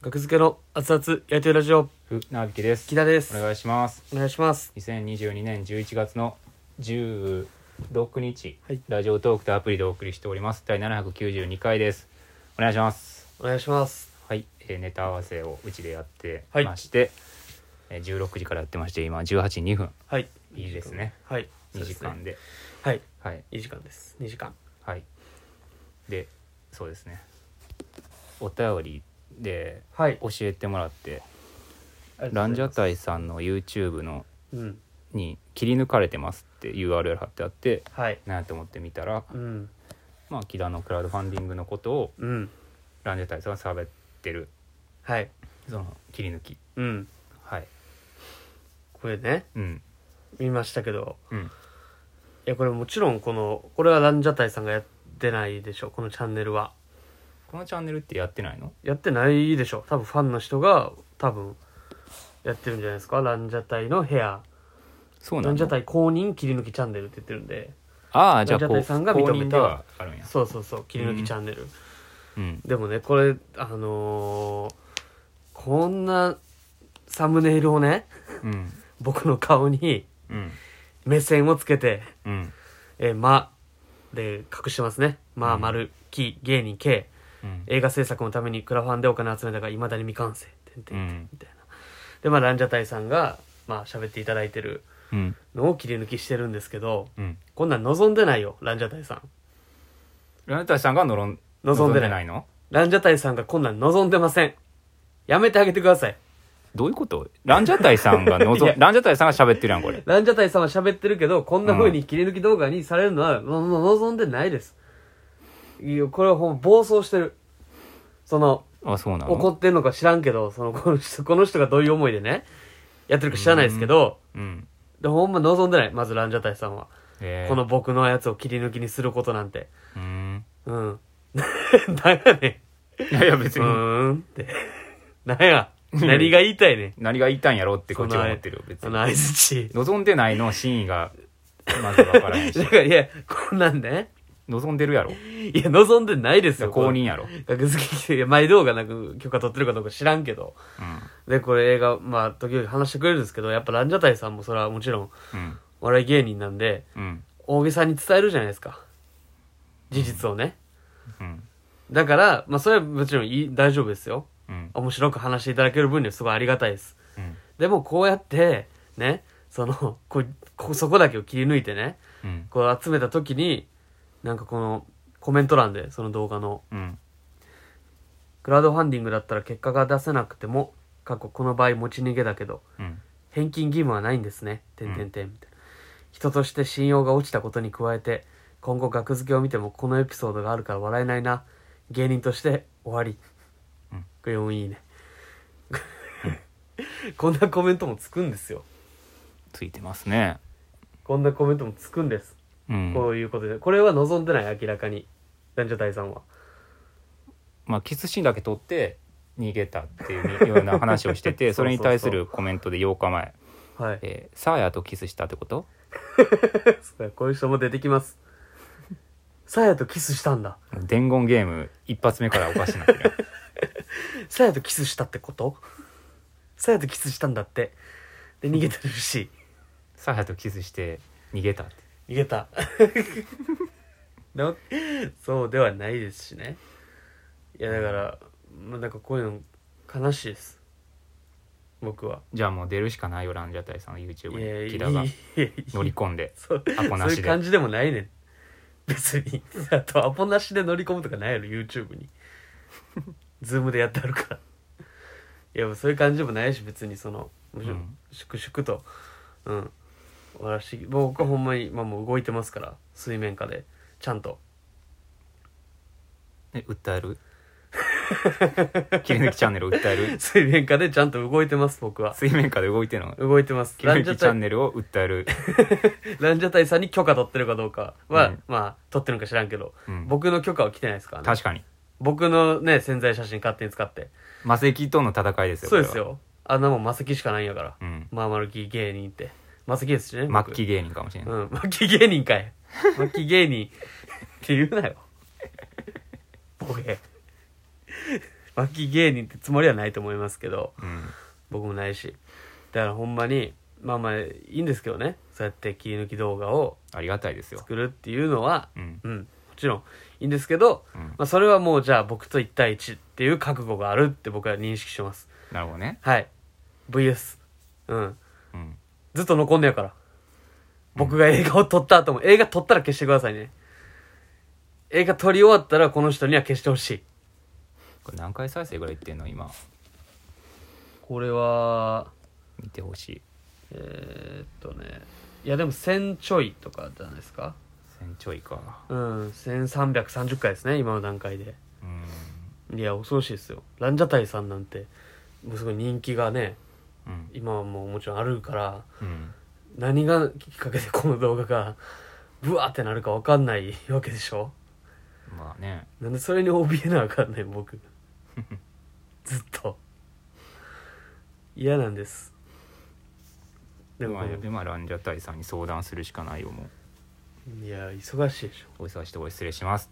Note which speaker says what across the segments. Speaker 1: 学付けの熱々やりとりラジオ
Speaker 2: ふなびきです
Speaker 1: 木田です
Speaker 2: お願いします
Speaker 1: お願いします
Speaker 2: 2022年11月の16日、
Speaker 1: はい
Speaker 2: ラジオトークとアプリでお送りしております第792回ですお願いします
Speaker 1: お願いします
Speaker 2: はい、えーネタ合わせをうちでやって
Speaker 1: はい
Speaker 2: まして、えー16時からやってまして今18時2分
Speaker 1: はい
Speaker 2: いいですね
Speaker 1: はい
Speaker 2: 2時間
Speaker 1: そう
Speaker 2: で
Speaker 1: ですね
Speaker 2: はい
Speaker 1: はいいい時間です2時間
Speaker 2: はいでそうですねお便りで
Speaker 1: はい
Speaker 2: 教えてもらって
Speaker 1: ありがとう
Speaker 2: ラン
Speaker 1: ご
Speaker 2: ジ
Speaker 1: ざいます
Speaker 2: ャタイさんの YouTube の
Speaker 1: うん
Speaker 2: に切り抜かれてますって URL 貼ってあって
Speaker 1: はい
Speaker 2: なんやと思ってみたら、
Speaker 1: うん
Speaker 2: まあ、木田のクラウドファンディングのことを
Speaker 1: うん
Speaker 2: ランジェタイさんが喋ってる
Speaker 1: はい
Speaker 2: その切り抜き
Speaker 1: うん
Speaker 2: はい
Speaker 1: これね
Speaker 2: うん
Speaker 1: 見ましたけど
Speaker 2: うん
Speaker 1: いやこれもちろんこのこれはランジャタイさんがやってないでしょこのチャンネルは
Speaker 2: このチャンネルってやってないの
Speaker 1: やってないでしょ多分ファンの人が多分やってるんじゃないですかランジャタイのヘア
Speaker 2: そうな
Speaker 1: ラ
Speaker 2: の
Speaker 1: ンジャタイ公認切り抜きチャンネルって言ってるんで
Speaker 2: ああじゃあ
Speaker 1: ランジャタイさんが
Speaker 2: こう
Speaker 1: 認めた
Speaker 2: 公認ではあるんや
Speaker 1: そうそうそう切り抜きチャンネル、
Speaker 2: うん
Speaker 1: でもねこれあのーこんなサムネイルをね
Speaker 2: うん
Speaker 1: 僕の顔に
Speaker 2: うん
Speaker 1: 目線をつけて
Speaker 2: うん
Speaker 1: 「えーま」で隠してますね「まあ
Speaker 2: うん
Speaker 1: 丸木芸人 K
Speaker 2: うん」
Speaker 1: 映画制作のためにクラファンでお金集めたがいまだに未完成てんて
Speaker 2: うんん
Speaker 1: みたいなでまあランジャタイさんがまあ喋っていただいてる
Speaker 2: うん
Speaker 1: のを切り抜きしてるんですけど
Speaker 2: うん
Speaker 1: こんなん望んでないよランジャタイさん
Speaker 2: ランジェタイさんがのろん
Speaker 1: 望んでない
Speaker 2: ないの
Speaker 1: ランジャタイさんがこんなん望んでませんやめてあげてください
Speaker 2: どういうことランジャタイさんが
Speaker 1: い
Speaker 2: 望
Speaker 1: や
Speaker 2: んランジャタイさんが喋ってるやんこれ
Speaker 1: ランジャタイさんは喋ってるけど、こんな風に切り抜き動画にされるのは、のの望んでないです。いや、これはほん暴走してる。その、
Speaker 2: あそうなの
Speaker 1: 怒ってんのか知らんけど、その、この人、この人がどういう思いでね、やってるか知らないですけど、
Speaker 2: うん
Speaker 1: でほんま望んでない。まずランジャタイさんは。
Speaker 2: えー
Speaker 1: この僕のやつを切り抜きにすることなんて。
Speaker 2: うん
Speaker 1: うん。なんやね
Speaker 2: いやいや別
Speaker 1: ん。う
Speaker 2: に
Speaker 1: ーんって。なん や。何が言いたいねん。
Speaker 2: 何が言いたいんやろってこっちは思ってるよ別
Speaker 1: そ
Speaker 2: に
Speaker 1: の相づち。
Speaker 2: 望んでないの真意がまず分からへ ん
Speaker 1: だ
Speaker 2: し
Speaker 1: から、いや、こんなんね。
Speaker 2: 望んでるやろ
Speaker 1: いや、望んでないですよ。
Speaker 2: 公認やろ、
Speaker 1: 学付けして、いや毎動画なく許可取ってるかどうか知らんけど。で、これ映画、まあ、時々話してくれるんですけど、やっぱランジャタイさんもそれはもちろん、
Speaker 2: うんうん
Speaker 1: お笑い芸人なんで、
Speaker 2: うん
Speaker 1: 大げさに伝えるじゃないですか。事実をね。
Speaker 2: うん
Speaker 1: だから、まあ、それはもちろんいい、大丈夫ですよ。
Speaker 2: うん
Speaker 1: 面白く話していただける分にはすごいありがたいです。
Speaker 2: うん
Speaker 1: でも、こうやって、ね、その、こうこ、そこだけを切り抜いてね、
Speaker 2: うん
Speaker 1: こう集めた時に、なんかこの、コメント欄で、その動画の、
Speaker 2: うん
Speaker 1: クラウドファンディングだったら結果が出せなくても、過去この場合持ち逃げだけど、
Speaker 2: うん
Speaker 1: 返金義務はないんですね。てんてんてん。みたいな。人として信用が落ちたことに加えて、今後額付けを見てもこのエピソードがあるから笑えないな。芸人として終わり。
Speaker 2: うん
Speaker 1: これもいいね。 こんなコメントもつくんですよ。
Speaker 2: ついてますね
Speaker 1: こんなコメントもつくんです。
Speaker 2: うん
Speaker 1: こういうことで。これは望んでない、明らかに。男女大さんは。
Speaker 2: まあキスシーンだけ撮って逃げたっていうような話をしてて
Speaker 1: そ
Speaker 2: そう
Speaker 1: そうそう
Speaker 2: れに対するコメントで8日前
Speaker 1: はい
Speaker 2: 「。えー、サーヤとキスしたってこと?
Speaker 1: こういう人も出てきます。さやとキスしたんだ。」
Speaker 2: 伝言ゲーム一発目からおかしなっ てる
Speaker 1: さやとキスしたってことさやとキスしたんだって。で、逃げてるし、
Speaker 2: サーヤとキスして逃げたって
Speaker 1: 逃げた。 のそうではないですしね。いや、だから、まあ、なんかこういうの悲しいです。僕は。
Speaker 2: じゃあもう出るしかないよランジャタイさんの
Speaker 1: い
Speaker 2: YouTube
Speaker 1: や
Speaker 2: に
Speaker 1: い
Speaker 2: 木
Speaker 1: や
Speaker 2: 田
Speaker 1: い
Speaker 2: が
Speaker 1: やいや
Speaker 2: 乗り込 んで
Speaker 1: そう
Speaker 2: アポな
Speaker 1: そうい
Speaker 2: し
Speaker 1: う
Speaker 2: で
Speaker 1: 感じでもないねん。別に。あと、アポなしで乗り込むとかないやろ、YouTube に。ズームでやってあるから。いや、もうそういう感じでもないし、別にその、むしろ
Speaker 2: うん
Speaker 1: 粛々と、うん。終わらし、僕はほんまに、まあもう動いてますから、水面下で、ちゃんと。
Speaker 2: え訴える 切り抜きチャンネルを訴える
Speaker 1: 水面下でちゃんと動いてます、僕は。
Speaker 2: 水面下で動いてるの
Speaker 1: 動いてます。
Speaker 2: 切り
Speaker 1: ラン
Speaker 2: 抜
Speaker 1: ジャ
Speaker 2: きチャ
Speaker 1: タ
Speaker 2: ン
Speaker 1: イ、
Speaker 2: ネルを訴える、
Speaker 1: ランジャタイさんに許可取ってるかどうかは、
Speaker 2: うん
Speaker 1: まあ、取ってるのか知らんけど、
Speaker 2: うん、
Speaker 1: 僕の許可は来てないですからね。
Speaker 2: 確かに
Speaker 1: 僕のね、潜在写真勝手に使って。
Speaker 2: 魔石との戦いですよ
Speaker 1: そうです
Speaker 2: これは
Speaker 1: よあんなもんマセキしかないんやから、
Speaker 2: うん
Speaker 1: まあマルキ芸人ってマセキですしね
Speaker 2: 末
Speaker 1: 僕
Speaker 2: 期芸人かもしれない、
Speaker 1: うん マッキー芸人かいマッキー芸人って言うなよボケ脇芸人ってつもりはないと思いますけど
Speaker 2: うん
Speaker 1: 僕もないしだからほんまにまあまあいいんですけどねそうやって切り抜き動画を
Speaker 2: ありがたいですよ
Speaker 1: 作るっていうのは
Speaker 2: うん
Speaker 1: うんもちろんいいんですけど、
Speaker 2: うん
Speaker 1: まあ、それはもうじゃあ僕と1対1っていう覚悟があるって僕は認識してます
Speaker 2: なるほどね
Speaker 1: はい VS うん
Speaker 2: うん
Speaker 1: ずっと残んねやから僕が映画を撮った後も映画撮ったら消してくださいね映画撮り終わったらこの人には消してほしい
Speaker 2: これ何回再生ぐらいいってんの今
Speaker 1: これは
Speaker 2: 見てほしい
Speaker 1: えーっとねいやでも1000ちょいとかじゃないですか
Speaker 2: 1000ちょいか
Speaker 1: うん1330回ですね今の段階で
Speaker 2: うん
Speaker 1: いや恐ろしいですよランジャタイさんなんてもうすごい人気がね
Speaker 2: うん
Speaker 1: 今はもうもちろんあるから
Speaker 2: うん
Speaker 1: 何がきっかけでこの動画がブワーってなるか分かんない わけでしょ
Speaker 2: まあね
Speaker 1: なんでそれに怯えなあかんねん僕ずっと嫌なんですでも
Speaker 2: まあ
Speaker 1: ね、
Speaker 2: 今ランジャタイさんに相談するしかないよも
Speaker 1: いや忙しいでしょ
Speaker 2: うお忙しいところ失礼します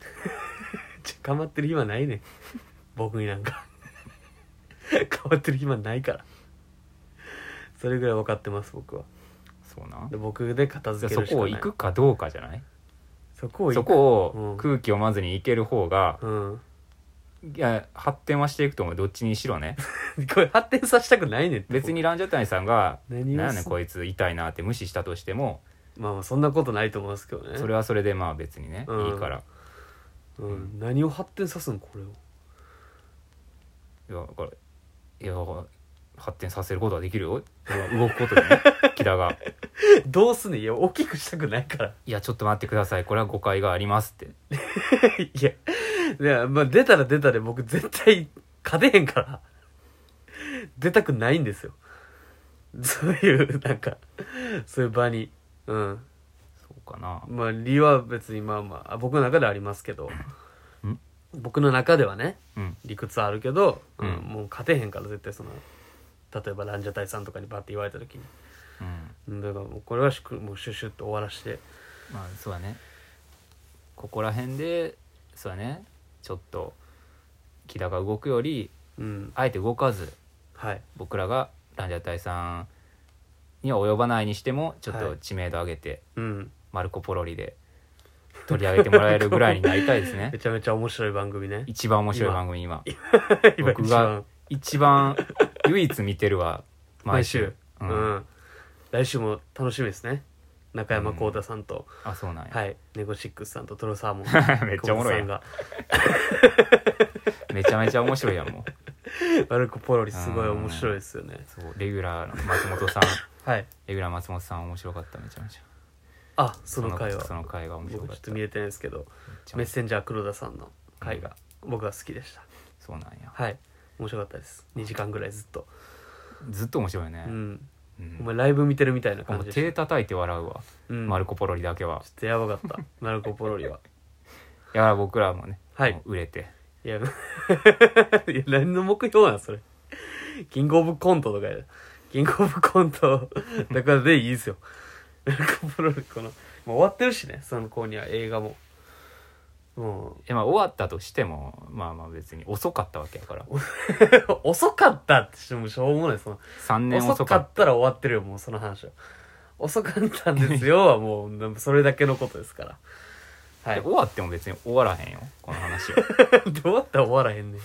Speaker 1: ちょ頑張ってる暇ないねん僕になんか 頑張ってる暇ないからそれぐらい分かってます僕は
Speaker 2: そうな
Speaker 1: で僕で片
Speaker 2: じゃ
Speaker 1: 付
Speaker 2: あ
Speaker 1: け
Speaker 2: そ
Speaker 1: るしか
Speaker 2: こを
Speaker 1: ない
Speaker 2: 行くかどうかじゃない
Speaker 1: そこを行
Speaker 2: そ
Speaker 1: く
Speaker 2: こ
Speaker 1: う
Speaker 2: を
Speaker 1: ん
Speaker 2: 空気をまずに行ける方が、
Speaker 1: うん
Speaker 2: いや発展はしていくと思うどっちにし ろね
Speaker 1: これ発展させたくないねんって
Speaker 2: 別にランジャタイさんが「
Speaker 1: 何を
Speaker 2: なんやねん
Speaker 1: す
Speaker 2: こいつ痛いな」って無視したとしても
Speaker 1: まあまあそんなことないと思いますけどね
Speaker 2: それはそれでまあ別にね、
Speaker 1: うん
Speaker 2: いいから
Speaker 1: うん、何を発展さすんこれを
Speaker 2: いやだからいやだから発展させることはできるよだから動くことで ね木田が「
Speaker 1: どうすんねんいや大きくしたくないから
Speaker 2: いやちょっと待ってくださいこれは誤解があります」って
Speaker 1: いやいや、まあ、出たら出たで僕絶対勝てへんから出たくないんですよそういうなんかそういう場にうん
Speaker 2: そうかな
Speaker 1: まあ理由は別にまあまあ僕の中ではありますけど
Speaker 2: ん
Speaker 1: 僕の中ではね
Speaker 2: うん
Speaker 1: 理屈はあるけど、うん
Speaker 2: うん
Speaker 1: もう勝てへんから絶対その例えばランジャタイさんとかにバッて言われた時に
Speaker 2: うん
Speaker 1: うんだからもうこれはしくもうシュッシュッと終わらして
Speaker 2: まあそうだねここら辺でそうだねちょっと木田が動くより
Speaker 1: うん
Speaker 2: あえて動かず
Speaker 1: はい
Speaker 2: 僕らがランジャタイさんには及ばないにしてもちょっ
Speaker 1: は
Speaker 2: と
Speaker 1: い
Speaker 2: 知名度上げて、
Speaker 1: うん
Speaker 2: マルコ・ポロリで取り上げてもらえるぐらいになりたいです ね
Speaker 1: めちゃめちゃ面白い番組ね
Speaker 2: 一番面白い番組今
Speaker 1: 今
Speaker 2: 僕
Speaker 1: 一
Speaker 2: が
Speaker 1: 番
Speaker 2: 一番唯一見てるわ
Speaker 1: 毎週う、
Speaker 2: うんん、
Speaker 1: 来週も楽しみですね中山浩太さんと、
Speaker 2: あそうなんや、
Speaker 1: はいネゴシックスさんとトロサーモン
Speaker 2: めっちゃおもろいやん
Speaker 1: 久保田
Speaker 2: めちゃめちゃ面白いやんもう
Speaker 1: さんがマルコ・ポロリすごい面白いですよね
Speaker 2: そうレギュラーの松本さん
Speaker 1: はい
Speaker 2: レギュラー松本さん面白かっためちゃめちゃ
Speaker 1: あその回は
Speaker 2: その回が面白
Speaker 1: 僕
Speaker 2: か
Speaker 1: ちょ
Speaker 2: っ
Speaker 1: ったと見れてないですけどメッセンジャー黒田さんの回が僕は好きでした
Speaker 2: そうなんや
Speaker 1: はい面白かったです2時間ぐらいずっと
Speaker 2: ずっと面白いよね、
Speaker 1: うん
Speaker 2: うん
Speaker 1: お前ライブ見てるみたいな
Speaker 2: も
Speaker 1: 感
Speaker 2: う
Speaker 1: じでし
Speaker 2: 手叩いて笑うわ、
Speaker 1: たうん
Speaker 2: マルコ・ポロリだけは
Speaker 1: ちょっとやばかった マルコ・ポロリは
Speaker 2: だから僕らもね、
Speaker 1: はい
Speaker 2: もう売れて
Speaker 1: いや いや何の目標なんそれキングオブコントとかやキングオブコント だからでいいですよマルコ・ポロリこのもう終わってるしねその子には映画もも
Speaker 2: えまあ終わったとしてもまあまあ別に遅かったわけやから
Speaker 1: う 遅かったってしてもしょうもないその
Speaker 2: 3年
Speaker 1: 遅
Speaker 2: 遅
Speaker 1: か
Speaker 2: かっ
Speaker 1: ったら終わってるよもうその話は遅かったんですよ はもうそれだけのことですから
Speaker 2: た、
Speaker 1: はい
Speaker 2: 終わっても別に終わらへんよこの 話は
Speaker 1: どうやったら終わらへんねん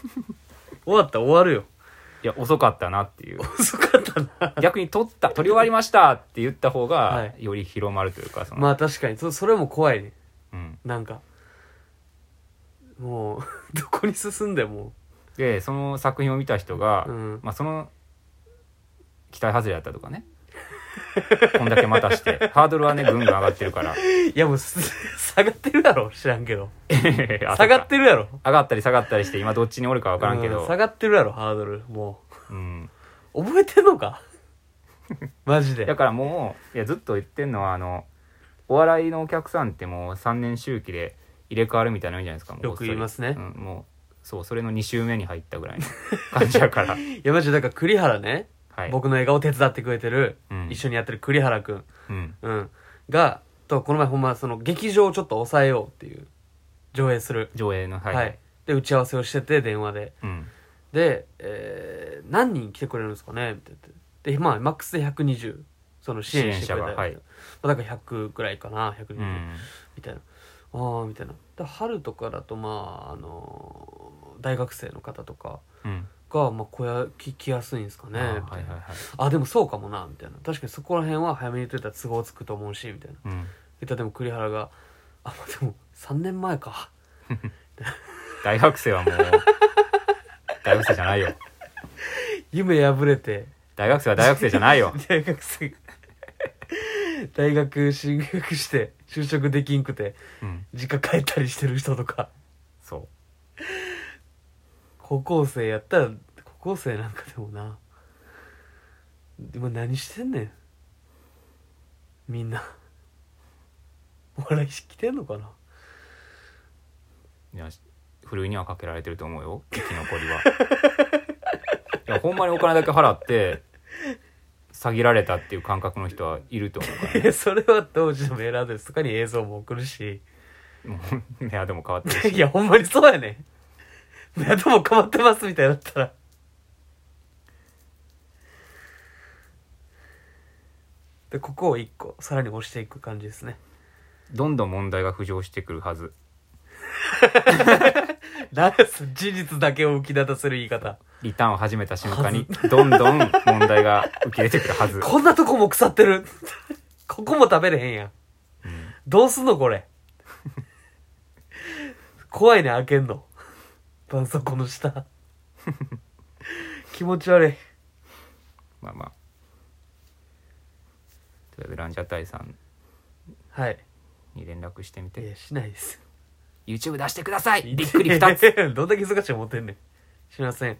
Speaker 1: 終わったら終わるよ
Speaker 2: いや遅かったなっ ていう
Speaker 1: 遅かったな
Speaker 2: 逆に撮った撮り終わりましたって言った方が、
Speaker 1: はい
Speaker 2: より広まるというかその、
Speaker 1: まあ確かにそそれも怖いね
Speaker 2: うん、
Speaker 1: なんかもう どこに進んでも
Speaker 2: でその作品を見た人が、
Speaker 1: うん
Speaker 2: まあ、その期待外れだったとかね こんだけ待たしてハードルはねぐんぐん上がってるから
Speaker 1: いやもうす下がってるやろ知らんけど
Speaker 2: 下
Speaker 1: 下がってるやろ
Speaker 2: 上がったり下がったりして今どっちにおるか分からんけ
Speaker 1: う
Speaker 2: ど
Speaker 1: 下がってるやろハードルも
Speaker 2: うん
Speaker 1: う覚えてんの かマジで
Speaker 2: だからもういやずっと言ってんのはあのお笑いのお客さんってもう3年周期で入れ替わるみたいなのいいんじゃないですかもう
Speaker 1: よく言いますね
Speaker 2: ごっそりうん、もうそうそれの2週目に入ったぐらいの感じやから
Speaker 1: いやマジでだから栗原ね、
Speaker 2: はい
Speaker 1: 僕の映画を手伝ってくれてる、
Speaker 2: うん
Speaker 1: 一緒にやってる栗原くん、
Speaker 2: うん
Speaker 1: うん、がとこの前ほんまその劇場をちょっと抑えようっていう上映する
Speaker 2: 上映のはい、
Speaker 1: で打ち合わせをしてて電話で
Speaker 2: うん
Speaker 1: で、えー何人来てくれるんですかねみたいな言ってでまあマックスで120その支援してくれた
Speaker 2: 支援者がはい
Speaker 1: まあ、だから100ぐらいかな120、
Speaker 2: うん
Speaker 1: みたいなああみたいなで春とかだとまああのー大学生の方とか
Speaker 2: うん
Speaker 1: が、まあ、こや聞きやすいんですかねみたい
Speaker 2: あ
Speaker 1: な
Speaker 2: ーはいはいはい
Speaker 1: あでもそうかもなみたいな確かにそこら辺は早めに言ってたら都合つくと思うしみたいな
Speaker 2: うん
Speaker 1: 言ったらでも栗原が「あまあでも3年前か
Speaker 2: 大学 生はもう大学生じゃないよ
Speaker 1: 夢破れて
Speaker 2: 大学生は大学生じゃないよ
Speaker 1: 大学生大学進学して就職できんくて
Speaker 2: うん
Speaker 1: 実家帰ったりしてる人とか
Speaker 2: そう
Speaker 1: 高校生やったら高校生なんかでもな今何してんねんみんなお笑いし来てんのかない
Speaker 2: やふるいにはかけられてると思うよ生き残りは いやほんまにお金だけ払って詐欺られたっていう感覚の人はいると思うから
Speaker 1: いやそれは当時のメールアドレスとかに映像も送るし
Speaker 2: もう目でも変わってる
Speaker 1: いやほんまにそうやねん目頭かまってますみたいになったらでここを一個さらに押していく感じですね
Speaker 2: どんどん問題が浮上してくるはず
Speaker 1: なんかその事実だけを浮き立たせる言い方
Speaker 2: リターンを始めた瞬間にどんどん問題が浮き出てくるはず、
Speaker 1: こんなとこも腐ってるここも食べれへんやん
Speaker 2: うん
Speaker 1: どうすんのこれ怖いね開けんの絆創膏の下気持ち悪い
Speaker 2: まあまあとりあえずランジャタイさん
Speaker 1: はい
Speaker 2: に連絡してみ
Speaker 1: い
Speaker 2: て
Speaker 1: やしないです
Speaker 2: YouTube 出してくださいびっくり2つ
Speaker 1: つどんだけ忙しい思ってんねんしません